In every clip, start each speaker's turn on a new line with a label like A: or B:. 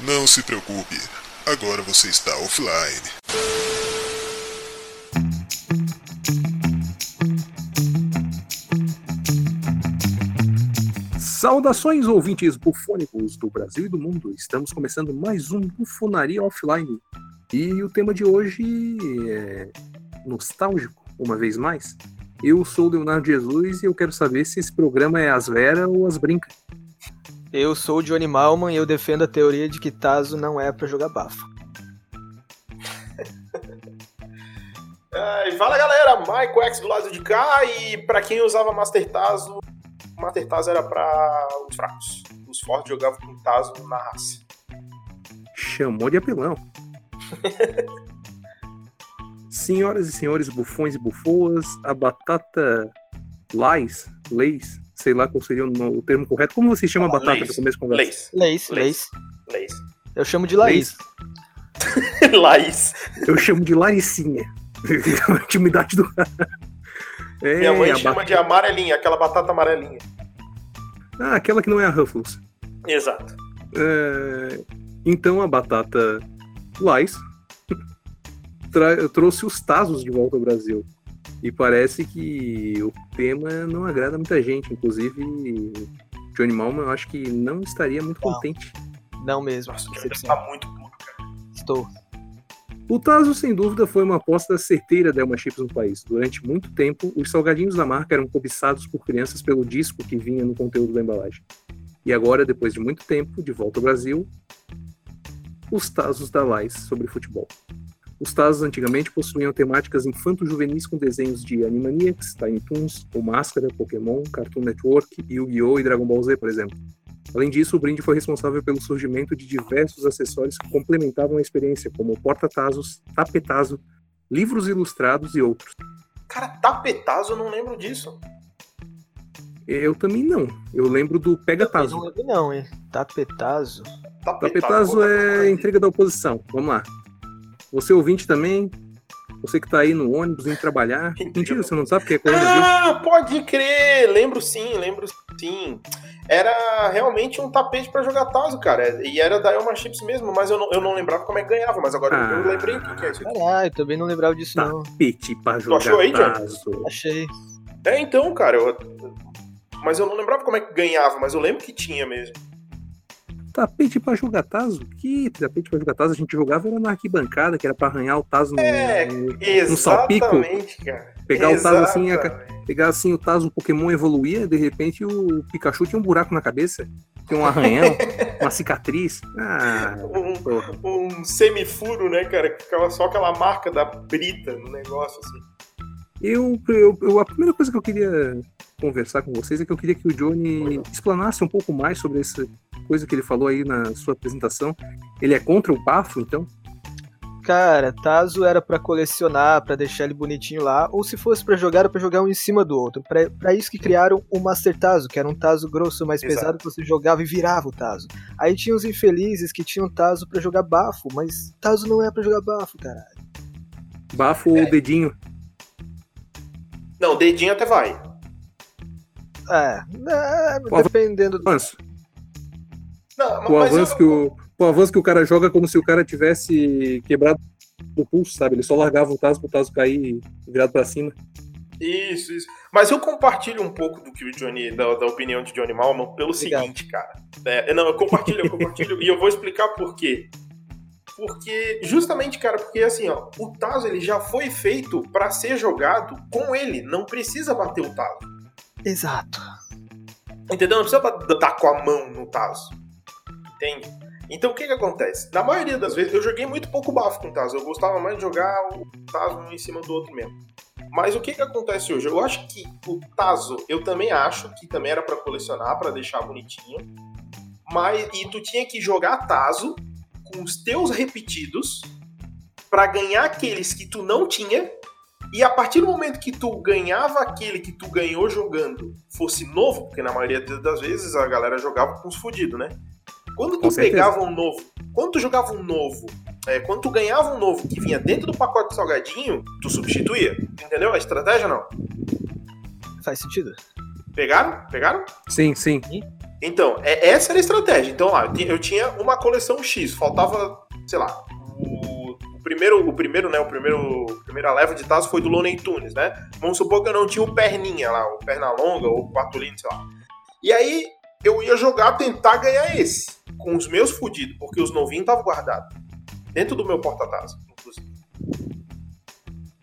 A: Não se preocupe, agora você está offline.
B: Saudações, ouvintes bufônicos do Brasil e do mundo. Estamos começando mais um Bufonaria Offline. E o tema de hoje é nostálgico, uma vez mais. Eu sou o Leonardo Jesus e eu quero saber se esse programa é as Vera ou as Brinca.
C: Eu sou o Johnny Malman e eu defendo a teoria de que Tazo não é pra jogar bafo.
D: É, e fala galera, Michael X do lado de cá e pra quem usava Master Tazo, Master Tazo era pra os fracos. Os fortes jogavam com Tazo na raça.
B: Chamou de apelão. Senhoras e senhores, bufões e bufoas, a batata Lais, Leis, sei lá qual seria o no- o termo correto. Como você chama a
D: Fala,
B: batata
D: leis.
B: no começo da conversa?
D: Leis.
C: Leis,
D: Leis.
C: Leis.
D: Leis.
C: Eu chamo de Laís.
D: Laís.
B: Eu chamo de Laricinha. a intimidade do cara. É,
D: Minha mãe
B: a
D: chama
B: batata-
D: de amarelinha, aquela batata amarelinha.
B: Ah, aquela que não é a Ruffles.
D: Exato.
B: É, Então a batata Lais tra- trouxe os Tazos de volta ao Brasil. E parece que o tema não agrada muita gente. Inclusive, Johnny Malman eu acho que não estaria muito
C: Não.
B: contente.
C: Não mesmo.
D: Nossa, o Johnny
C: Decepção.
D: tá muito puto.
C: Estou.
B: O Tazo, sem dúvida, foi uma aposta certeira da Elma Chips no país. Durante muito tempo, os salgadinhos da marca eram cobiçados por crianças pelo disco que vinha no conteúdo da embalagem. E agora, depois de muito tempo, de volta ao Brasil, os Tazos da Lais sobre futebol. Os Tazos antigamente possuíam temáticas infanto-juvenis com desenhos de Animaniacs, Tiny Toons, O Máscara, Pokémon, Cartoon Network, Yu-Gi-Oh! e Dragon Ball Z, por exemplo. Além disso, o brinde foi responsável pelo surgimento de diversos acessórios que complementavam a experiência, como porta-tazos, tapetazo, livros ilustrados e outros.
D: Cara, tapetazo, eu não lembro disso.
B: Eu também não. Eu lembro do
D: tá
C: Eu
B: pega-tazo.
C: Não lembro não, hein? Tapetazo.
B: Tapetazo é entrega da oposição. Vamos lá. Você ouvinte também, você que tá aí no ônibus indo trabalhar.
D: Entrega
B: Mentira,
D: da
B: você não sabe o que é coronavírus.
D: Ah, pode crer! Lembro sim, lembro sim. Era realmente um tapete pra jogar Tazo, cara. E era da Elma Chips mesmo, mas eu não, eu não lembrava como é que ganhava, mas agora eu- eu
B: Ah.
D: lembrei o que que é isso aqui.
C: Caralho, também não lembrava disso
B: Tá.
C: não.
B: Pete pra jogar
D: achou aí, Jack?
B: tazo.
C: Achei.
D: É, então, cara, eu- mas eu não lembrava como é que ganhava, mas eu lembro que tinha mesmo.
B: Tapete pra jogar tazo? Que tapete pra jogar tazo? A gente jogava era na arquibancada, que era pra arranhar o tazo no-
D: É,
B: no, Um salpico?
D: Exatamente, cara.
B: Pegar o tazo assim, a ca-
D: Exatamente.
B: pegar assim o Tazo, o Pokémon evoluía, de repente o Pikachu tinha um buraco na cabeça, tinha um arranhão, uma cicatriz. Ah,
D: Um,
B: porra.
D: um semifuro, né, cara? Que ficava só aquela marca da brita no negócio, assim.
B: Eu, eu, eu- a primeira coisa que eu queria conversar com vocês é que eu queria que o Johnny explanasse um pouco mais sobre essa coisa que ele falou aí na sua apresentação. Ele é contra o bafo, então?
C: Cara, Tazo era pra colecionar, pra deixar ele bonitinho lá, ou se fosse pra jogar, era pra jogar um em cima do outro. Pra, pra isso que criaram o Master Tazo, que era um Tazo grosso, mais
D: Exato.
C: pesado, que você jogava e virava o Tazo. Aí tinha os infelizes que tinham Tazo pra jogar bafo, mas Tazo não é pra jogar bafo, cara.
B: Bafo
D: É.
B: ou dedinho?
D: Não, dedinho até vai.
C: É, é
B: Pô,
C: dependendo do...
B: Avanço.
D: Não,
B: O
D: mas eu
B: avanço,
D: não-
B: que o, o avanço que o cara joga é como se o cara tivesse quebrado o pulso, sabe? Ele só largava o Tazo pro Tazo cair virado pra cima.
D: Isso, isso. Mas eu compartilho um pouco do que o Johnny, da, da opinião de Johnny Malman, pelo
C: Obrigado.
D: seguinte, cara. É, não, eu compartilho, eu compartilho, e eu vou explicar por quê. Porque, justamente, cara, porque assim, ó, o Tazo ele já foi feito pra ser jogado com ele, não precisa bater o Tazo.
C: Exato.
D: Entendeu? Não precisa ba- dar com a mão no Tazo. Entende? Então o que que acontece? Na maioria das vezes, eu joguei muito pouco bafo com o Tazo, eu gostava mais de jogar o Tazo um em cima do outro mesmo. Mas o que que acontece hoje? Eu acho que o Tazo, eu também acho que também era pra colecionar, pra deixar bonitinho. Mas e tu tinha que jogar Tazo com os teus repetidos pra ganhar aqueles que tu não tinha. E a partir do momento que tu ganhava aquele que tu ganhou jogando fosse novo, porque na maioria das vezes a galera jogava com os fudidos, né? Quando
B: Com
D: tu
B: certeza.
D: pegava um novo, quando tu jogava um novo, é, quando tu ganhava um novo que vinha dentro do pacote de salgadinho, tu substituía. Entendeu a estratégia não?
C: Faz sentido?
D: Pegaram? Pegaram?
B: Sim, sim.
D: Então, é, essa era a estratégia. Então, lá, eu ti- eu tinha uma coleção X, faltava, sei lá, o, o primeiro, o primeiro, né, o primeiro, a primeira leva de Tazos foi do Looney Tunes, né? Vamos supor que eu não tinha o Perninha lá, o Pernalonga ou o Patulino, sei lá. E aí, eu ia jogar, tentar ganhar esse, com os meus fudidos, porque os novinhos estavam guardados. Dentro do meu porta-tazo, inclusive.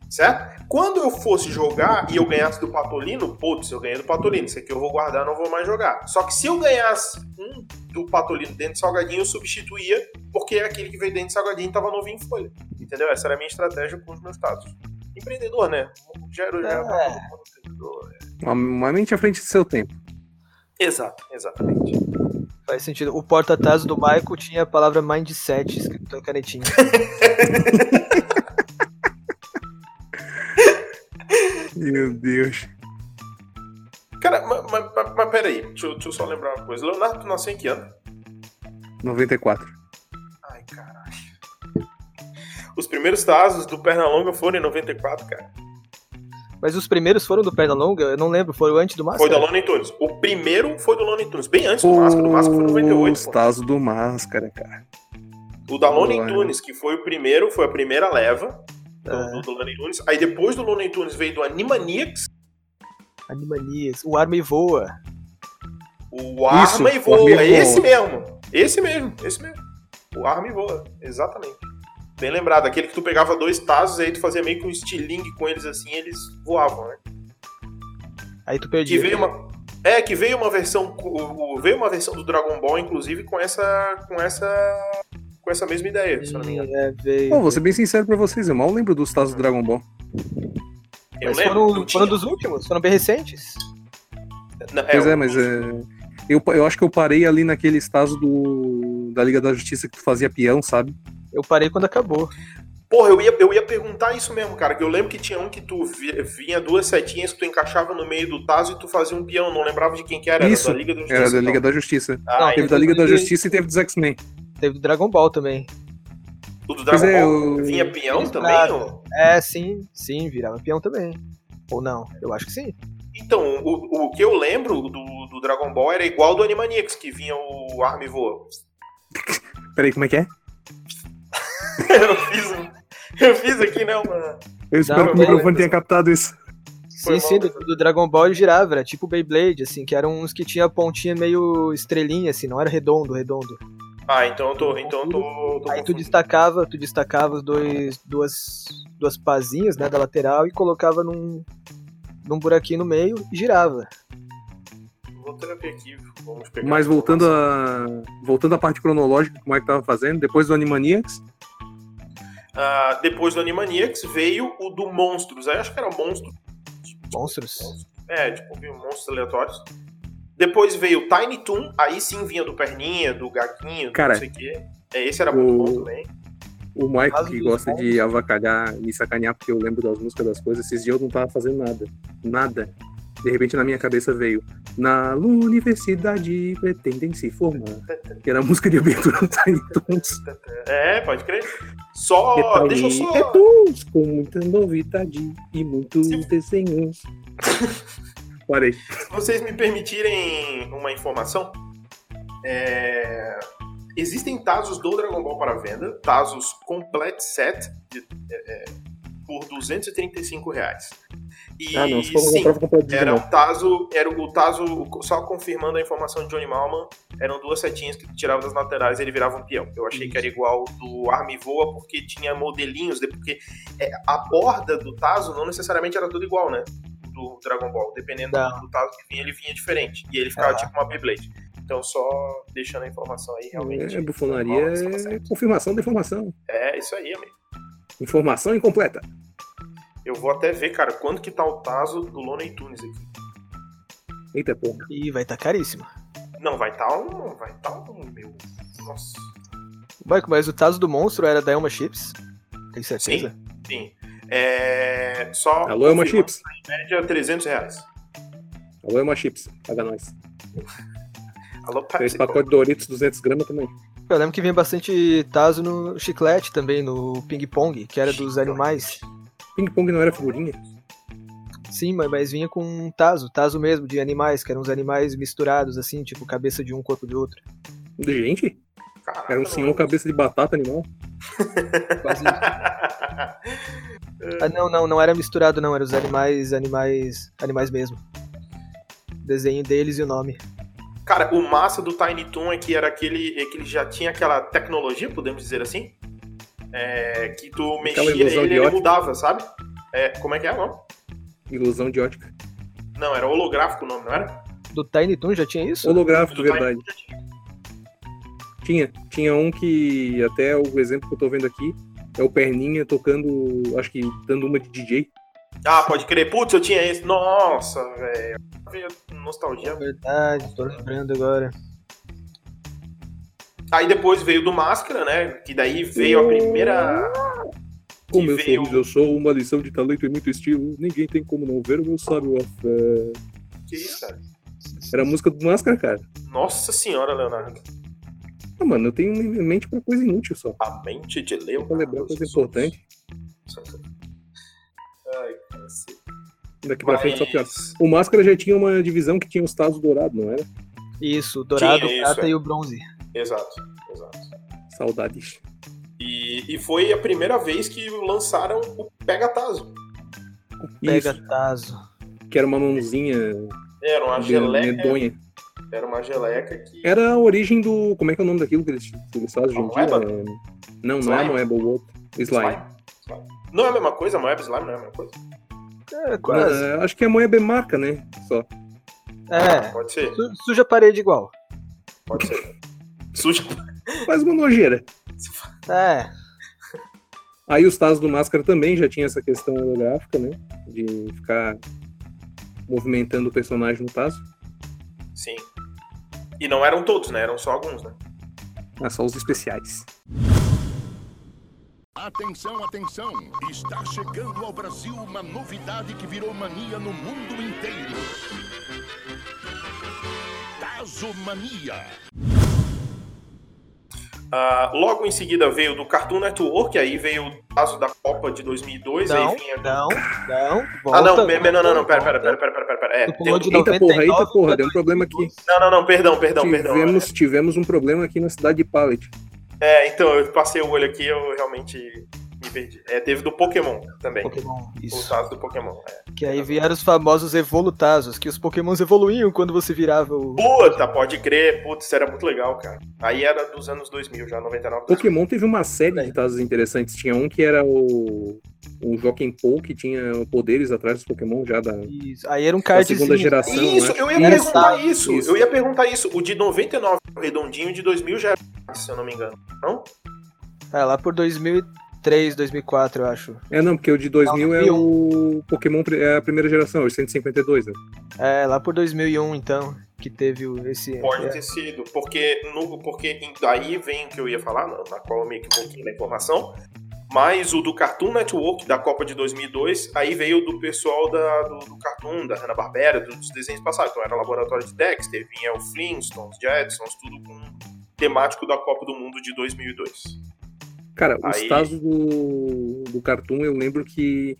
D: Certo? Quando eu fosse jogar e eu ganhasse do Patolino, putz, eu ganhei do Patolino, isso aqui eu vou guardar, não vou mais jogar. Só que se eu ganhasse um do Patolino dentro de Salgadinho, eu substituía, porque aquele que veio dentro de Salgadinho tava novinho em folha. Entendeu? Essa era a minha estratégia com os meus status. Empreendedor, né? Já era, já era pra todo mundo empreendedor.
B: Uma, uma mente à frente do seu tempo.
D: Exato, exatamente.
C: Faz sentido. O porta-tazo do Michael tinha a palavra mindset escrito na canetinha.
B: Meu Deus.
D: Cara, mas, mas, mas- mas peraí, deixa, eu- deixa eu só lembrar uma coisa. Leonardo, tu nasceu em que ano?
B: 94.
D: Ai, caralho. Os primeiros Tazos do Pernalonga foram em 94, cara.
C: Mas os primeiros foram do Pernalonga? Eu não lembro, foram antes do Máscara?
D: Foi do Looney Tunes. O primeiro foi do Looney Tunes, bem antes do Máscara. O Máscara foi em
B: Os
D: 98. pô.
B: Tazos do Máscara, cara.
D: O da Looney
B: Olha.
D: Tunes, que foi o primeiro, foi a primeira leva do,
C: É.
D: do, do Looney Tunes. Aí depois do Looney Tunes veio do Animaniacs,
C: Animanias. O Arma e Voa.
D: o Arma
B: Isso,
D: e Voa. é
B: o Arma e Voa.
D: Esse mesmo. Esse mesmo, esse mesmo. O Arma e Voa, exatamente. Bem lembrado, aquele que tu pegava dois tazos e aí tu fazia meio que um estilingue com eles assim, eles voavam, né?
C: Aí tu
D: Que
C: perdia.
D: veio uma É, que veio uma versão co- o- o- veio uma versão do Dragon Ball inclusive com essa com essa com essa mesma ideia, se eu não me engano.
C: Hum, é, veio.
B: Pô, vou ser bem sincero pra vocês, eu mal lembro dos Tazos do Dragon Ball.
D: Eu
C: Mas
D: lembro,
C: foram,
D: não
C: foram
D: tinha.
C: dos últimos, foram bem recentes.
D: Não,
B: Pois é,
D: o-
B: mas é, eu, eu acho que eu parei ali naquele Tazo do da Liga da Justiça que tu fazia peão, sabe?
C: Eu parei quando acabou.
D: Porra, eu ia, eu ia perguntar isso mesmo, cara. Que eu lembro que tinha um que tu vi- vinha duas setinhas que tu encaixava no meio do taso e tu fazia um peão. Não lembrava de quem que era.
B: Isso,
D: Era da Liga da Justiça.
B: Era da
D: então.
B: Liga da Justiça.
D: Ah,
C: Não,
B: Teve
D: então,
B: da Liga da
C: Inclusive-
B: Justice e teve dos X-Men.
C: Teve do Dragon Ball também.
D: o do Dragon
B: Pois é,
D: Ball
B: eu-
D: vinha peão
C: Eles
D: também?
C: tratam.
D: ó?
C: É, sim, sim, virava peão também. Ou não, eu acho que sim.
D: Então, o, o que eu lembro do, do Dragon Ball era igual do Animaniacs, que vinha o arma e voa.
B: Peraí, como é que é?
D: eu, fiz, um- eu fiz aqui, né, mano?
B: Eu espero que o
C: mas-
B: microfone tenha captado isso.
D: Foi
C: sim, sim,
D: mal,
C: do, do Dragon Ball ele girava, era tipo Beyblade, assim, que eram uns que tinha a pontinha meio estrelinha, assim, não era redondo, redondo.
D: Ah, então eu tô. Então eu tô, tô
C: Aí tu
D: confundindo.
C: destacava, tu destacava os dois, duas, duas pazinhas, né, da lateral e colocava num, num buraquinho no meio e girava.
D: Vou terapia aqui. Vamos pegar
B: Mas voltando a. Voltando à parte cronológica é que o Mike tava fazendo, depois do Animaniacs,
D: Ah, depois do Animaniacs veio o do Monstros. Aí acho que era Monstros.
C: Monstros.
D: É, tipo, viu, Monstros Aleatórios. Depois veio o Tiny Toon. Aí sim vinha do Perninha, do Gaguinho, do
B: Cara,
D: não sei o quê. É, esse era
B: o-
D: muito bom também.
B: o Mike
C: Caso
B: que
C: dos
B: gosta de avacalhar, me sacanear, porque eu lembro das músicas das coisas, esses dias eu não tava fazendo nada. Nada. De repente na minha cabeça veio. Na universidade pretendem se formar. Que era a música de abertura do Tiny Toons.
D: É, pode crer. Só.
B: Detalhe
D: deixa eu só.
B: Cartoons, com muita novidade e muitos
D: Sim.
B: desenhos. Parei.
D: Se vocês me permitirem uma informação. É, Existem Tazos do Dragon Ball para venda, Tazos Complete Set, de- é, é, por R$ 235 reais. E
B: Ah, não, se for
D: sim,
B: comprar, vou comprar o
D: Era
B: Digimon.
D: um taso, era o taso, só confirmando a informação de Johnny Malman, eram duas setinhas que tu tirava das laterais e ele virava um peão. Eu achei que era igual do Arme Voa porque tinha modelinhos, de- porque é, a borda do taso não necessariamente era tudo igual, né? Do Dragon Ball, dependendo
C: Tá.
D: do taso que vinha, ele vinha diferente e ele ficava
C: Tá.
D: tipo uma Beyblade. Então só deixando a informação aí, realmente.
B: É,
D: Johnny
B: bufonaria
D: Malman estava
B: é
D: certo.
B: confirmação da informação.
D: É, isso aí, amigo.
B: Informação incompleta.
D: Eu vou até ver, cara, quando que tá o taso do Looney Tunes aqui.
B: Eita porra.
C: E vai estar caríssimo.
D: Não, vai tá um, vai tá um, meu. Nossa.
C: Michael, mas o Tazo do Monstro era da Elma Chips? Tem certeza?
D: Sim. É, só.
B: Alô, Elma
D: confirma,
B: Chips.
D: Em média, 300 reais.
B: Alô, Elma Chips. Paga nós.
D: Alô,
B: Três
D: Pepsi.
B: pacotes de Doritos, 200 gramas também.
C: Eu lembro que vinha bastante Tazo no chiclete também, no ping-pong, que era dos animais.
B: Ping Pong não era figurinha?
C: Sim, mas, mas vinha com um taso, taso mesmo, de animais, que eram uns animais misturados, assim, tipo cabeça de um, corpo de outro.
B: Gente,
D: Caraca,
B: era um
D: não.
B: senhor cabeça de batata animal.
C: Quase isso. Ah, não, não, não era misturado, não. Eram os animais, animais, animais mesmo. Desenho deles e o nome.
D: Cara, o massa do Tiny Toon é que era aquele é que ele já tinha aquela tecnologia, podemos dizer assim, é, que tu mexia ele,
B: ilusão de
D: ele
B: ótica.
D: mudava, sabe? É, como é que é o nome?
B: Ilusão de ótica.
D: Não, era holográfico o nome, não era?
C: Do Tiny Toon já tinha isso?
B: Holográfico,
D: Do Tiny
B: verdade.
D: Toon já tinha.
B: Tinha. Tinha um que, até o exemplo que eu tô vendo aqui, é o Perninha tocando, acho que dando uma de DJ.
D: Ah, pode crer. Putz, eu tinha esse. Nossa, velho. Nostalgia.
C: É Verdade, tô lembrando agora.
D: Aí depois veio do Máscara, né? Que daí veio a primeira.
B: Como
D: que
B: eu
D: veio-
B: sou, eu sou uma lição de talento e muito estilo. Ninguém tem como não ver o meu sábio. afé.
D: Que isso, cara?
B: Era a música do Máscara, cara.
D: Nossa senhora, Leonardo.
B: Ah, mano, eu tenho em mente pra coisa inútil só.
D: A mente de Leonardo.
B: Pra lembrar coisa importante.
D: Ai, cara. sei.
B: Daqui pra frente só pior.
D: Mas-
B: O Máscara já tinha uma divisão que tinha os tazos dourados, não era?
C: Isso, o dourado,
D: Tinha
C: o
D: isso,
C: prata
D: é.
C: e o bronze.
D: Exato, exato.
B: Saudades.
D: E, e foi a primeira vez que lançaram o Pega Tazo.
B: Isso,
C: Pega taso.
B: que era uma mãozinha
D: É, Era uma
B: de-
D: geleca.
B: medonha.
D: Era uma geleca que.
B: Era a origem do. Como é que é o nome daquilo que eles, que eles fazem hoje em dia?
D: Amoeba?
B: É- Não, não é
D: Slime?
B: Moeba, o outro. Slime.
D: Slime. Não é a mesma coisa, Moeb Slime não é a mesma coisa.
C: É, quase.
B: É, acho que a Moeba é marca, né? Só.
C: É,
D: Pode ser,
C: su- suja a parede igual.
D: pode ser. Suja.
B: Faz uma nojeira.
C: É,
B: Aí os tazos do Máscara também já tinha essa questão holográfica, né? De ficar movimentando o personagem no tazo.
D: Sim. E não eram todos, né? Eram só alguns, né?
B: Ah, só os especiais.
E: Atenção, atenção! Está chegando ao Brasil uma novidade que virou mania no mundo inteiro. Tazomania.
D: Ah, logo em seguida veio do Cartoon Network, aí veio o caso da Copa de 2002,
C: não,
D: aí vinha.
C: não, não, volta.
D: é, ah, não, me- me- não, não, não, pera,
C: volta.
D: pera, pera, pera, pera, pera, pera. É,
C: Tu
D: tem-
C: pulou de
B: Eita
C: 99
B: porra, eita
C: pra
B: porra, deu um problema aqui.
C: 2002.
D: Não, não, não, perdão, perdão, perdão.
B: tivemos, tivemos um problema aqui na cidade de Pallet.
D: É, então, eu passei o olho aqui eu realmente me perdi. É, teve do Pokémon também.
C: Pokémon,
D: O
C: isso.
D: caso do Pokémon. É.
C: Que aí vieram os famosos evolutazos, que os pokémons evoluíam quando você virava o...
D: Puta, pode crer. Putz, isso era muito legal, cara. Aí era dos anos 2000, já 99. 2000.
B: Pokémon teve uma série de tazos interessantes. Tinha um que era o, o Joaquim Paul, que tinha poderes atrás dos Pokémon já da.
C: Isso. Aí era um
B: Da
C: cardzinho.
B: segunda geração.
D: Isso, eu ia
C: Isso,
D: perguntar
C: isso.
D: isso. Eu ia perguntar isso. O de 99, o redondinho, de 2000 já era, se eu não me engano. Não?
C: É, lá por 2003, 2004, eu acho.
B: É, não, porque o de 2000 é o Pokémon, pri- é a primeira geração, é o 152, né?
C: É, lá por 2001, então, que teve o- esse...
D: Pode
C: é,
D: ter sido. Porque, no, porque em- daí vem o que eu ia falar, na, na qual eu me equivoquei na informação. Mas o do Cartoon Network, da Copa de 2002, aí veio do pessoal da, do, do Cartoon, da Hanna-Barbera, dos desenhos passados. Então era o Laboratório de Dexter, vinha o Flintstones, Jetsons, tudo com temático da Copa do Mundo de 2002.
B: Cara, os
D: Aí-
B: tazos do, do Cartoon, eu lembro que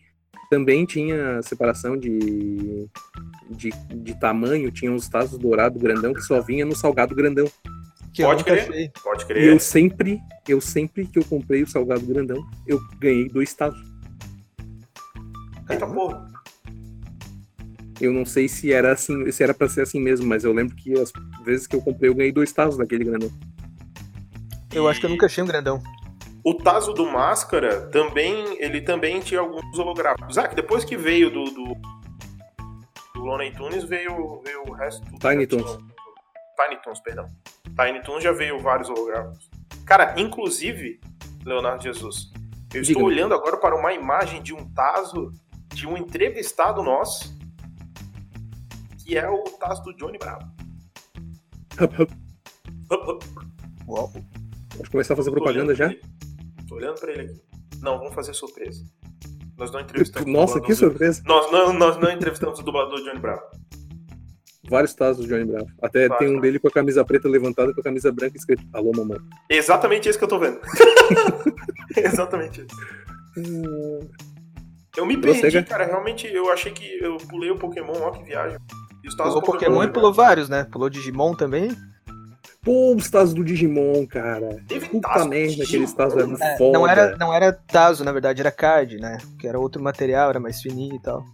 B: também tinha separação de, de, de tamanho, tinha os tazos dourado grandão que só vinha no salgado grandão.
C: é, que eu
D: Pode
C: nunca
D: crer.
C: achei.
D: Pode
B: E
D: crer.
B: eu sempre, eu sempre que eu comprei o salgado grandão, eu ganhei dois tazos.
D: Eita porra.
B: Eu não sei se era assim, se era pra ser assim mesmo, mas eu lembro que as vezes que eu comprei, eu ganhei dois tazos daquele grandão.
C: Eu acho que eu nunca achei um grandão.
D: O Tazo do Máscara também, ele também tinha alguns holográficos. Ah, que depois que veio do do, do Looney Tunes veio, veio o resto. do-
B: Tiny Toons.
D: Tiny Toons, perdão. Tiny Toons já veio vários holográficos. Cara, inclusive, Leonardo Jesus, eu estou
B: Diga-me.
D: olhando agora para uma imagem de um Tazo de um entrevistado nosso, que é o Tazo do Johnny Bravo.
C: Uau.
B: Pode começar a fazer
D: Tô
B: propaganda
D: olhando pra
B: já?
D: ele. Tô olhando pra ele aqui. Não, vamos fazer surpresa. Nós não entrevistamos. o
B: Nossa,
D: dublador
B: que
D: do-
B: surpresa!
D: Nós não, nós não entrevistamos o dublador Johnny Bravo.
B: Vários tazos do Johnny Bravo. Até
D: Vários
B: tem um
D: tazos.
B: dele com a camisa preta levantada e com a camisa branca escrito Alô, mamãe.
D: Exatamente isso que eu tô vendo. Exatamente isso. Eu me
B: Você,
D: perdi,
B: cara?
D: cara. Realmente, eu achei que eu pulei o Pokémon, ó, que viagem. E os Tazos
C: Pulou Pokémon e
D: né?
C: pulou vários, né? Pulou Digimon também.
B: Pô, os Tazos do Digimon, cara.
D: Teve
B: Puta
D: Tazo
B: merda,
D: Digimon,
B: aqueles Tazos eram
C: É,
B: foda.
C: não era, não era Tazo, na verdade, era card, né? Que era outro material, era mais fininho e tal.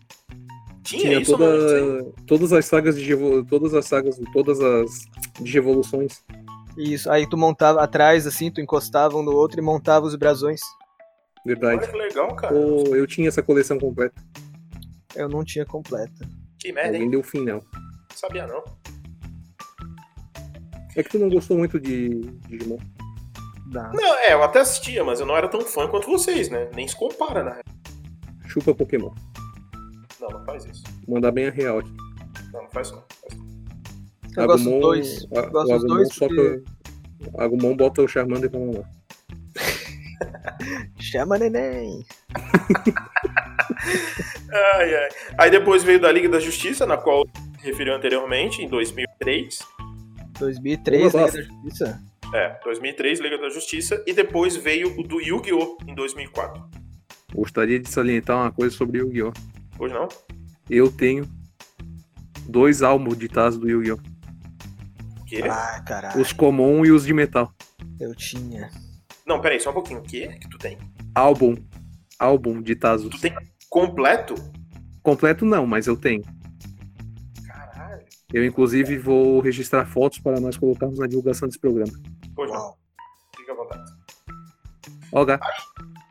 D: Tinha,
B: Tinha
D: isso, mano. não sei.
B: toda, todas as sagas de Digivo- todas as sagas, todas as digievoluções.
C: E Isso, aí tu montava atrás, assim, tu encostava um no outro e montava os brasões.
B: Verdade.
D: Olha que legal, cara.
B: Pô, eu tinha essa coleção completa.
C: Eu não tinha completa.
D: Que merda, hein?
B: Alguém deu fim, não.
D: Não sabia, não.
B: É que tu não gostou muito de Digimon.
C: Dá.
D: Não, é, eu até assistia, mas eu não era tão fã quanto vocês, né? Nem se compara, né?
B: Chupa Pokémon.
D: Não, não faz isso.
B: Mandar bem a real aqui.
D: Não, não faz isso. não. Faz isso.
C: Eu gosto dos dois.
B: A, o
C: Eu gosto dos
B: Agumon
C: dois
B: só
C: porque-
B: pra- Agumon bota o Charmander pra mamar.
C: Chama neném.
D: Ai, ai. Aí depois veio da Liga da Justiça, na qual se referiu anteriormente, em 2003.
C: 2003,
B: Uma
C: Liga
B: bosta.
C: da Justiça.
D: É, 2003, Liga da Justiça. E depois veio o do Yu-Gi-Oh! em 2004.
B: Gostaria de salientar uma coisa sobre Yu-Gi-Oh!
D: Hoje não?
B: Eu tenho dois álbuns de Tazos do Yu-Gi-Oh!
D: Quê?
C: Ah, caralho.
B: É. Os comum e os de metal.
C: Eu tinha.
D: Não, peraí, só um pouquinho. O quê que tu tem?
B: Álbum. Álbum de Tazos.
D: Tu tem completo?
B: Completo não, mas eu tenho.
D: Caralho.
B: Eu, inclusive, vou registrar fotos para nós colocarmos na divulgação desse programa.
D: Pois não,
C: Uau.
D: fica à vontade.
B: Olga,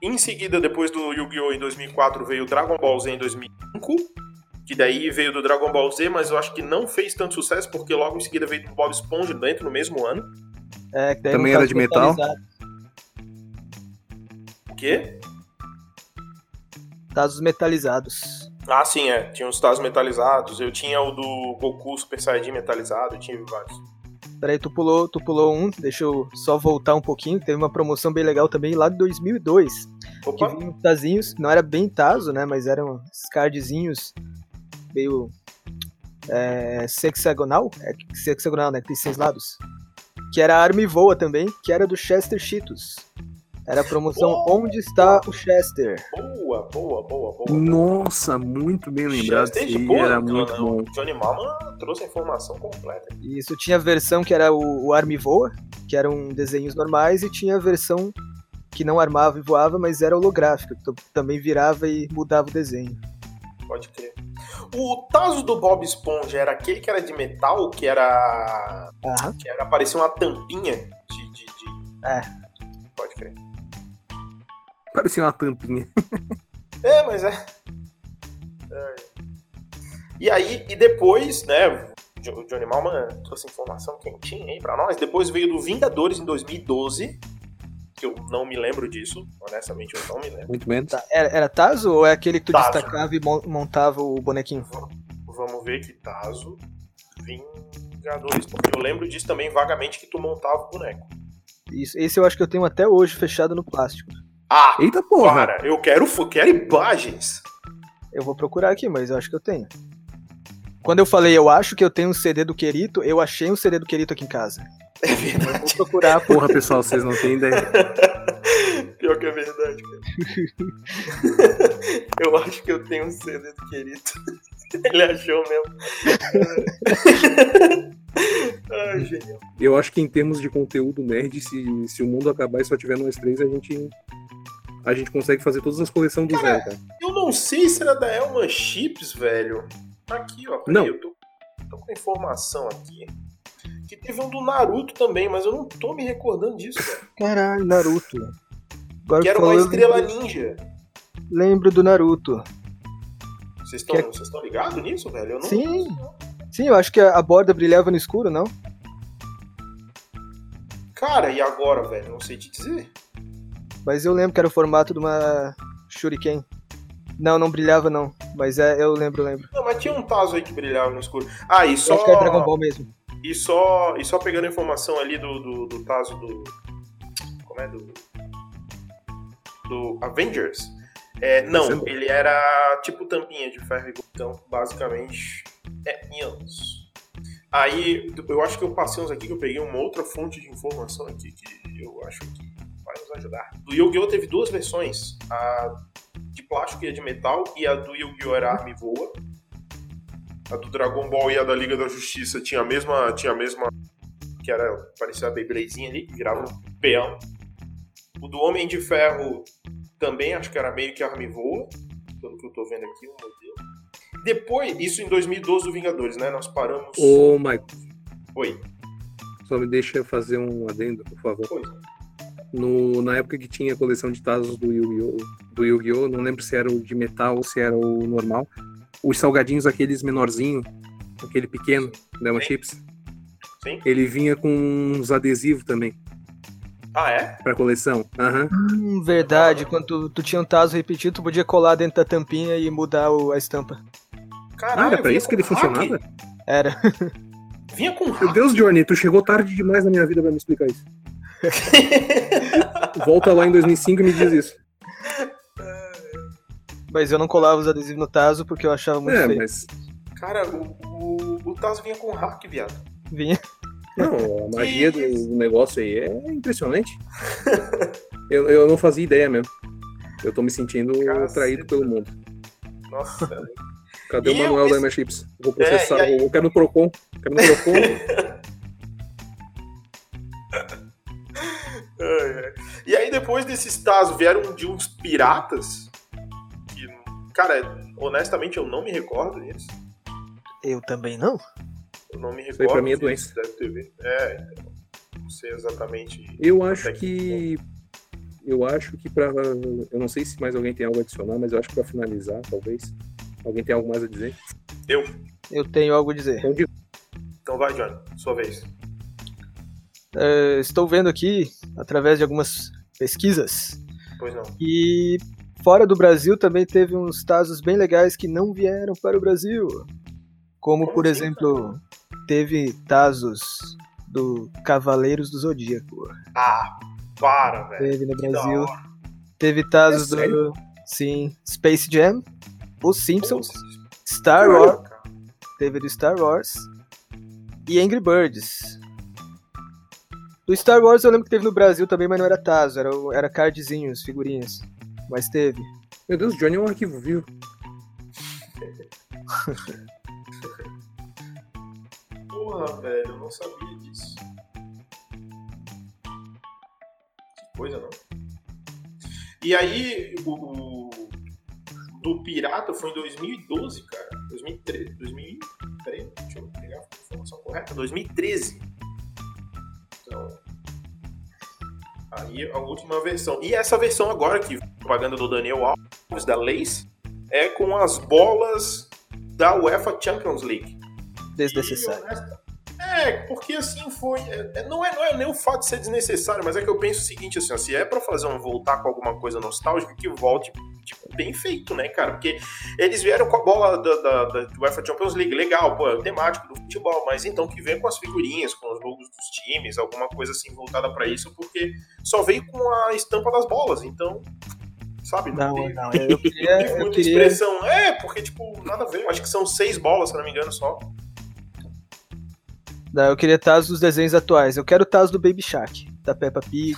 D: Em seguida, depois do Yu-Gi-Oh! em 2004, veio o Dragon Ball Z em 2005. Que daí veio do Dragon Ball Z, mas eu acho que não fez tanto sucesso, porque logo em seguida veio do Bob Esponja dentro no mesmo ano.
C: É, que daí
B: Também
C: não
B: era
C: tava
B: de metal?
C: metalizado.
D: O quê?
C: Tazos metalizados.
D: Ah, sim, é. Tinha os Tazos metalizados. Eu tinha o do Goku Super Saiyajin metalizado. Eu tinha vários.
C: Peraí, tu pulou, tu pulou um, deixa eu só voltar um pouquinho. Teve uma promoção bem legal também lá de 2002. que
D: Opa,
C: vinham tazinhos, não era bem taso, né? Mas eram esses cardzinhos meio é, sexagonal, é sexagonal, né? Que tem seis lados. Que era a arma e voa também, que era do Chester Cheetos. Era a promoção Onde está o Chester?
D: boa, boa, boa, boa.
B: nossa, muito bem lembrado.
D: Chester
B: Isso aí
D: Boa, né,
B: era
D: não,
B: muito
D: não.
B: bom.
D: O Johnny Malman trouxe a informação completa.
C: E isso tinha a versão que era o, o arma e voa, que eram desenhos normais, e tinha a versão que não armava e voava, mas era holográfica, que tu também virava e mudava o desenho.
D: Pode crer. O Tazo do Bob Esponja era aquele que era de metal, que era.
C: Aham.
D: que era parecia uma tampinha de. de, de-
C: É.
D: Pode crer.
B: Parecia uma tampinha.
D: É, mas é. É. E aí, e depois, né? O Johnny Malman trouxe informação quentinha aí pra nós. Depois veio do Vingadores em 2012. Que eu não me lembro disso. Honestamente, eu não me lembro.
B: Muito menos.
C: Tá, Era, era Tazo ou é aquele que tu
D: Tazo.
C: destacava e mon- montava o bonequinho?
D: Vamos ver que Tazo Vingadores. Porque eu lembro disso também vagamente que tu montava o boneco.
C: Isso, esse eu acho que eu tenho até hoje fechado no plástico.
D: Ah,
B: Eita porra!
D: para! Eu quero, fo- quero imagens!
C: Eu vou procurar aqui, mas eu acho que eu tenho. Quando eu falei, eu acho que eu tenho um CD do Querito, eu achei um CD do Querito aqui em casa.
D: É verdade.
C: Vou procurar. pô.
B: Porra, pessoal, vocês não têm ideia.
D: Pior que é verdade, cara. eu acho que eu tenho um CD do querido. Ele achou mesmo. Ai, genial.
B: Eu acho que em termos de conteúdo nerd, se, se o mundo acabar e só tiver nós três, a gente. A gente consegue fazer todas as coleções do zero, cara.
D: Eu não sei se era da Elma Chips, velho. Tá aqui, ó. Peraí,
B: Não.
D: Eu tô, tô com a informação aqui. Que teve um do Naruto também, mas eu não tô me recordando disso, velho.
C: Caralho, Naruto. Agora
D: Que era
C: tu
D: uma
C: falou,
D: estrela
C: eu
D: ninja.
C: lembro do Naruto.
D: Vocês
C: Que é-
D: estão ligados nisso, velho? Eu não
C: Sim. Sim, eu acho que a a borda brilhava no escuro, não?
D: Cara, e agora, velho? Não sei te dizer.
C: Mas eu lembro que era o formato de uma shuriken. Não, não brilhava não, mas é, eu lembro, eu lembro.
D: Não, mas tinha um Tazo aí que brilhava no escuro. Ah, e
C: Eu
D: só.
C: acho que era Dragon Ball mesmo.
D: E só, e só pegando a informação ali do, do, do Tazo do. Como é? Do. Do Avengers. É, não,
B: Sim.
D: ele era tipo tampinha de ferro e botão, basicamente. É, anos. Aí, eu acho que eu passei uns aqui que eu peguei uma outra fonte de informação aqui que eu acho que vai nos ajudar. Do Yu-Gi-Oh! teve duas versões. A de plástico e a de metal, e a do Yu-Gi-Oh! era arma e voa. A do Dragon Ball e a da Liga da Justiça tinha a mesma. Tinha a mesma que era, parecia a Beybladezinha ali, que virava um peão. O do Homem de Ferro também acho que era meio que arma e voa, pelo que eu tô vendo aqui, o modelo. Depois, isso em 2012 do Vingadores, né? Nós paramos.
B: Ô, Michael,
D: Oi,
B: só me deixa fazer um adendo, por favor.
D: pois. é.
B: No- na época que tinha a coleção de Tazos do Yu-Gi-Oh! do Yu-Gi-Oh! Não lembro se era o de metal ou se era o normal. Os salgadinhos, aqueles menorzinho, aquele pequeno, da Uma
D: Sim.
B: Chips,
D: Sim.
B: ele vinha com uns adesivos também
D: Ah, é?
B: pra coleção. Aham.
C: Hum, verdade, quando tu, tu tinha um taso repetido, tu podia colar dentro da tampinha e mudar o- a estampa.
D: Caralho, um
B: Ah, era pra
D: vinha
B: isso que ele
D: com hack?
B: funcionava?
C: Era.
D: Vinha com
B: Meu
D: hack.
B: Deus, Johnny, tu chegou tarde demais na minha vida pra me explicar isso. Volta lá em 2005 e me diz isso.
C: Mas eu não colava os adesivos no taso porque eu achava muito
B: É,
C: feio.
B: mas.
D: Cara, o, o, o Tazo vinha com hack, viado.
C: Vinha.
B: Não, a magia do do negócio aí é impressionante. Eu, eu não fazia ideia mesmo. Eu tô me sentindo
D: Caceta.
B: traído pelo mundo.
D: Nossa, velho.
B: Cadê
D: E
B: o
D: eu
B: Manuel da
D: pensei-
B: Emma Chips? Vou processar,
D: É, e aí?
B: eu quero no Procon. Quero no Procon.
D: Ai, ai. E aí, depois desses Tazos, vieram de uns piratas. Que, cara, honestamente, eu não me recordo disso.
C: Eu também não.
D: Eu não me recordo.
B: aí pra mim é
D: disso,
B: doença.
D: Deve ter vindo. É, então, não sei exatamente.
B: eu acho
D: Até
B: que. Eu acho que pra. Eu não sei se mais alguém tem algo a adicionar, mas eu acho que pra finalizar, talvez. Alguém tem algo mais a dizer?
C: Eu tenho algo a dizer.
B: Então, diga.
D: Então vai, Johnny, sua vez.
C: Eh, estou vendo aqui, através de algumas pesquisas,
D: Pois não.
C: que fora do Brasil também teve uns Tazos bem legais que não vieram para o Brasil. Como,
D: Como
C: por
D: assim,
C: exemplo, teve Tazos do Cavaleiros do Zodíaco.
D: Ah, para, velho.
C: Teve no
D: Que da
C: Brasil. Teve Tazos
B: É sério?
C: do. Sim. Space Jam. Os Simpsons. Star Wars.
D: Cara,
C: Teve do Star Wars. E Angry Birds. Do Star Wars eu lembro que teve no Brasil também, mas não era Tazo, era, o- era cardzinhos, figurinhas. Mas teve.
B: Meu Deus, Johnny é um arquivo vivo.
D: Porra, velho, eu não sabia disso. Que coisa, não? E aí, o, o- do Pirata foi em 2012, cara. 2013, 2013, deixa eu pegar a informação correta. 2013. Então, aí a última versão. E essa versão agora, que propaganda do Daniel Alves, da Lace, é com as bolas da UEFA Champions League.
C: Desnecessário.
D: E, honesta- É, porque assim foi. é- é- não, é, não é nem o fato de ser desnecessário, mas é que eu penso o seguinte, assim, ó, se é pra fazer um voltar com alguma coisa nostálgica, que volte tipo, bem feito, né, cara? Porque eles vieram com a bola da, da, da do UEFA Champions League, legal, pô, é o temático do futebol, mas então que venha com as figurinhas, com os logos dos times, alguma coisa assim voltada pra isso, porque só veio com a estampa das bolas, então, sabe?
C: Não,
D: teve-
C: não. Eu
D: não
C: queria.
D: teve
C: Eu
D: muita
C: queria
D: expressão. É, porque, tipo, nada a ver. Eu Acho que são seis bolas, se eu não me engano, só.
C: não, eu queria Tazos dos desenhos atuais. Eu quero Tazos do Baby Shark, da Peppa Pig.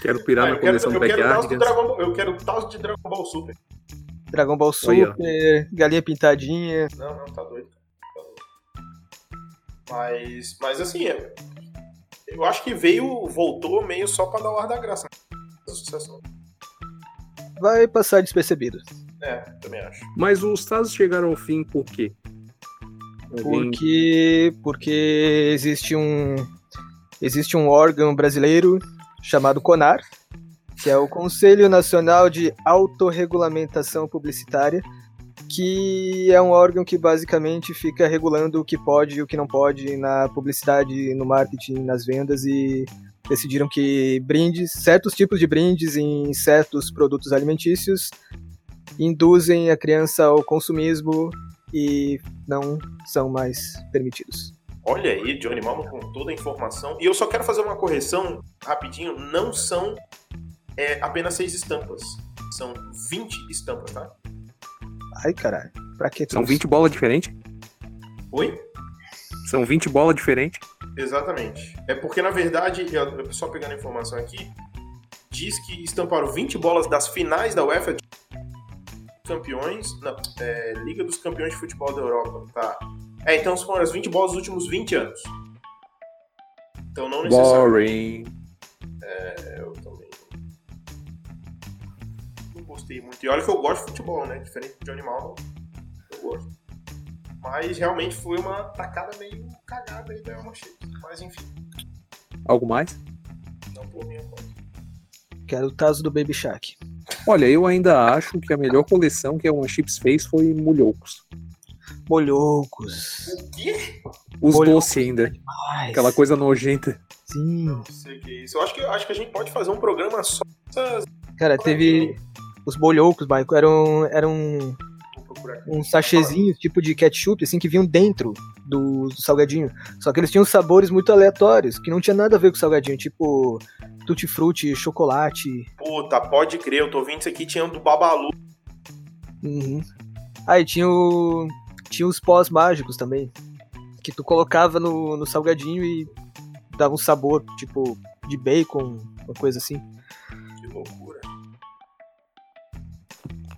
B: Quero pirar
D: Ah,
B: na coleção do
D: eu quero Taos
B: backyard.
D: do Dragon Ball- Eu quero Taos de Dragon Ball Super.
C: Dragon Ball
B: Aí, ó.
C: Super, Galinha Pintadinha.
D: Não, não, tá doido. Tá doido. Mas, mas assim, é- eu acho que veio, voltou meio só pra dar o ar da graça. né? Sucesso.
C: Vai passar despercebido.
D: É, também acho.
B: Mas os Tazos chegaram ao fim por quê? Alguém-
C: Porque, porque existe um existe um órgão brasileiro chamado CONAR, que é o Conselho Nacional de Autorregulamentação Publicitária, que é um órgão que basicamente fica regulando o que pode e o que não pode na publicidade, no marketing, nas vendas e decidiram que brindes, certos tipos de brindes em certos produtos alimentícios induzem a criança ao consumismo e não são mais permitidos.
D: Olha aí, Johnny Malmo com toda a informação. E eu só quero fazer uma correção rapidinho. Não são é, apenas seis estampas. São 20 estampas, tá?
C: Ai, caralho. Pra que
B: São
C: trouxe?
B: 20 bolas diferentes?
D: Oi?
B: São 20 bolas diferentes?
D: Exatamente. É porque, na verdade, eu- eu- só pegando a informação aqui, diz que estamparam 20 bolas das finais da UEFA de campeões. Não, é, Liga dos Campeões de Futebol da Europa, tá? É, então foram as 20 bolas dos últimos 20 anos. Então não necessariamente.
F: Boring.
D: É, eu também. Não gostei muito. E olha que eu gosto de futebol, né? Diferente de animal, eu gosto. Mas realmente foi uma tacada meio cagada aí da Elma Shapes. Mas enfim,
B: Algo mais?
D: não por minha conta.
C: Quero o Tazo do Baby Shark.
B: Olha, eu ainda acho que a melhor coleção que a One Chips fez foi Mulhocos.
C: Molhocos.
D: O quê?
B: Os
C: Molhocos.
B: doces ainda.
C: Ai,
B: Aquela coisa nojenta.
C: Sim.
D: Não sei o que é isso. Eu acho que, acho que a gente pode fazer um programa só dessas.
C: Cara, teve os bolhocos, um, Baico. Eram, eram
D: Vou procurar
B: Um
D: aqui.
C: uns sachêzinhos, um tipo de ketchup, assim, que vinham dentro do, do salgadinho. Só que eles tinham sabores muito aleatórios, que não tinha nada a ver com o salgadinho. Tipo, tutti-frutti, chocolate.
D: Puta, pode crer, eu tô ouvindo isso aqui, tinha um do Babalu.
C: Uhum. Aí tinha o. Tinha os pós mágicos também. Que tu colocava no, no salgadinho e dava um sabor, tipo, de bacon, uma coisa assim.
D: Que loucura.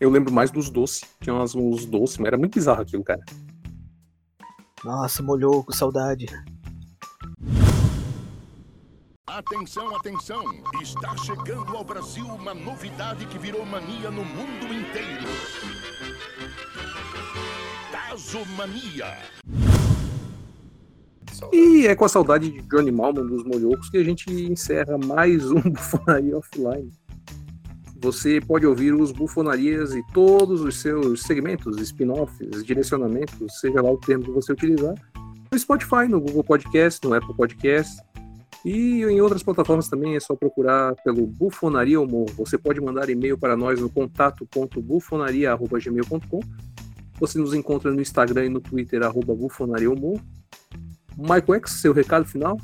B: Eu lembro mais dos doces. Tinha umas- uns doces, mas era muito bizarro aquilo, cara.
C: Nossa, molhou com saudade.
E: Atenção, atenção! Está chegando ao Brasil uma novidade que virou mania no mundo inteiro. Tazomania.
B: E é com a saudade de Johnny Malman dos Molhocos que a gente encerra mais um Bufonaria Offline. Você pode ouvir os Bufonarias e todos os seus segmentos, spin-offs, direcionamentos, seja lá o termo que você utilizar, no Spotify, no Google Podcast, no Apple Podcast e em outras plataformas também. É só procurar pelo Bufonaria Humor. Você pode mandar e-mail para nós no contato.bufonaria.gmail.com. Você nos encontra no Instagram e no Twitter, arroba Bufonaria Humor. Michael X, seu recado final?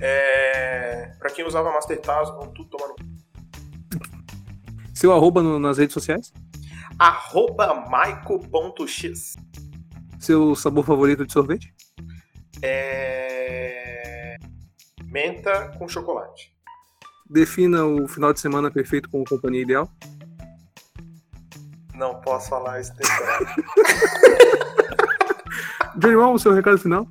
D: É... Pra quem usava Master Taz, vão tudo tomar no. cu.
B: Seu arroba no- nas redes sociais?
D: Arroba maico.x.
B: Seu sabor favorito de sorvete?
D: É... Menta com chocolate.
B: Defina o final de semana perfeito com companhia ideal?
D: Não posso falar isso tempo.
B: Johnny Mal, o seu recado final?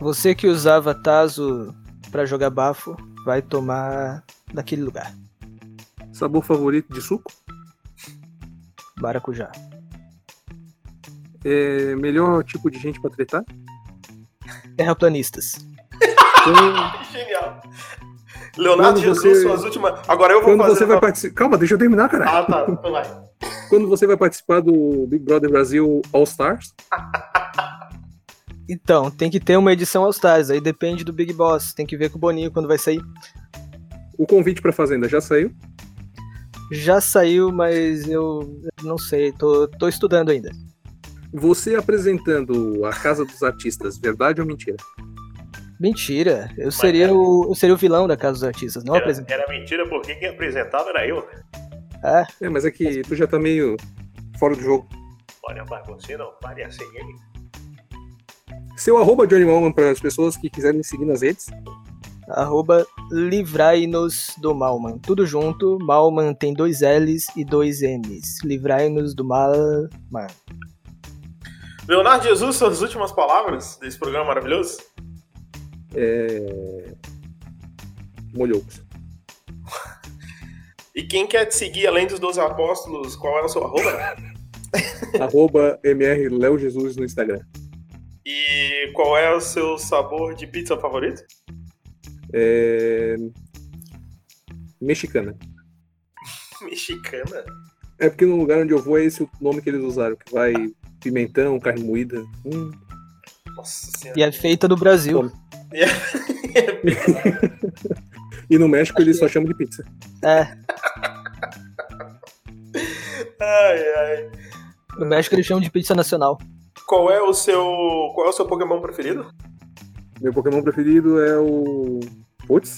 C: Você que usava Tazo pra jogar bafo, vai tomar naquele lugar.
B: Sabor favorito de suco?
C: Maracujá.
B: É, melhor tipo de gente pra tretar?
C: Terraplanistas.
B: Quando,
D: Genial. Leonardo
B: Quando
D: Jesus,
B: você-
D: suas últimas. Agora eu vou
B: quando
D: fazer.
B: você vai participar. Calma, deixa eu terminar, cara.
D: Ah, tá. Então vai.
B: Quando você vai participar do Big Brother Brasil All Stars?
C: Então, tem que ter uma edição aos Stars, aí depende do Big Boss. Tem que ver com o Boninho quando vai sair.
B: O convite pra Fazenda já saiu?
C: Já saiu, mas eu não sei, tô, tô estudando ainda.
B: Você apresentando a Casa dos Artistas, verdade ou mentira?
C: Mentira, eu seria, o, eu seria o vilão da Casa dos Artistas,
D: É.
C: não
G: Era,
C: apresentado.
G: era mentira porque quem apresentava era eu.
B: É, mas é que tu já tá meio fora do jogo.
G: Olha, bagunceiro, não pare assim ele.
B: Seu arroba Johnny Malman para as pessoas que quiserem me seguir nas redes?
C: Arroba livrai-nos do mal, mano. Tudo junto, mal, mano, tem dois L's e dois M's. Livrai-nos do mal, mano.
D: Leonardo Jesus, suas últimas palavras desse programa maravilhoso?
B: É, Molhocos.
D: E quem quer te seguir além dos 12 apóstolos, qual era o seu arroba?
B: Arroba MR Léo Jesus no Instagram.
D: E qual é o seu sabor de pizza favorito?
B: É... Mexicana.
D: Mexicana?
B: É porque no lugar onde eu vou é esse o nome que eles usaram, que vai pimentão, carne moída. Hum.
D: Nossa
C: E
D: senhora.
C: é feita no Brasil.
B: E no México eles só chamam de pizza.
C: É,
D: Ai, ai.
C: no México eles chamam de pizza nacional.
D: Qual é o seu. Qual é o seu Pokémon preferido?
B: Meu Pokémon preferido é o. Putz,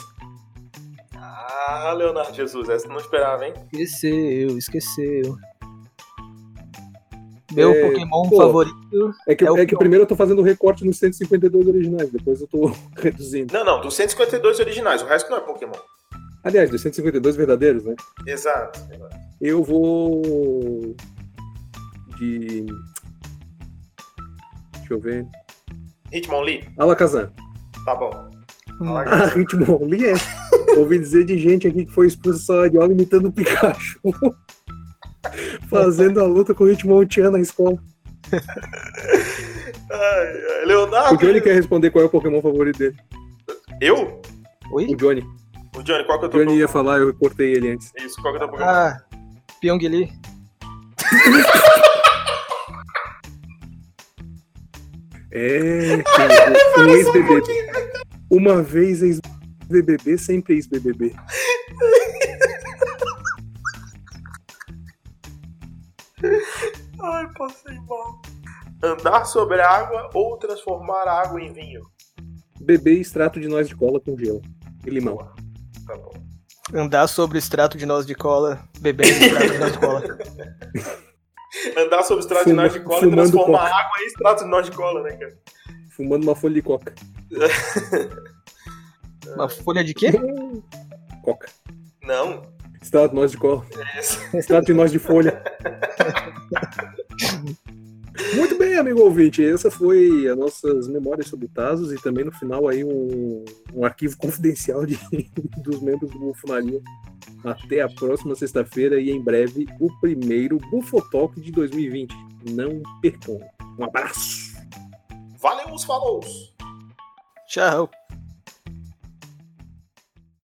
D: Ah, Leonardo Jesus, essa eu não esperava, hein?
C: Esqueceu, esqueceu. Meu
B: É,
C: Pokémon
B: pô.
C: favorito.
B: é que,
C: É o
B: é que
C: pior.
B: primeiro eu tô fazendo recorte nos 152 originais, depois eu tô reduzindo.
D: Não, não, dos 152 originais, o resto não é Pokémon.
B: Aliás, dos 152 verdadeiros, né?
D: Exato.
B: Eu vou. De. Deixa eu ver.
D: Hitmonlee?
B: Alakazam.
D: Tá bom.
C: Hum.
D: Alakazam.
B: Ah, Hitmon ali é. Ouvi dizer de gente aqui que foi expulsa só de aula imitando o Pikachu. Fazendo a luta com o Hitmonchan na escola.
D: Ai, ai, Leonardo.
B: O Johnny quer responder qual é o Pokémon favorito dele.
D: Eu?
B: O
C: Oi?
B: Johnny.
D: O Johnny, qual que é
B: O
D: o teu
B: Johnny ia falar, eu cortei ele antes.
D: Pokémon? Isso, qual que é o teu Pokémon?
C: Ah, Pyong Lee.
B: É, cara, um ex-BBB. Uma vez ex-BBB, sempre ex-BBB.
D: Ai, passei mal. Andar sobre a água ou transformar a água em vinho?
B: Bebê extrato de noz de cola com gelo e limão.
D: Tá bom.
C: Andar sobre extrato de noz de cola, bebendo extrato de noz de cola.
D: Andar sobre extrato de
B: Fuma-
D: noz de cola e
B: fumando
D: transformar
B: coca.
D: água em extrato de noz de cola, né, cara?
B: Fumando uma folha de coca.
C: Uma folha de quê?
B: Coca.
D: Não.
B: Extrato de noz de cola.
D: Esse-
B: Extrato de noz de folha. Muito bem, amigo ouvinte. Essa foi as nossas memórias sobre Tazos e também no final aí um, um arquivo confidencial de- dos membros do Bufonaria. Até a próxima sexta-feira e em breve o primeiro Bufotalk de 2020. Não percam. Um abraço!
D: Valeu os falows!
C: Tchau.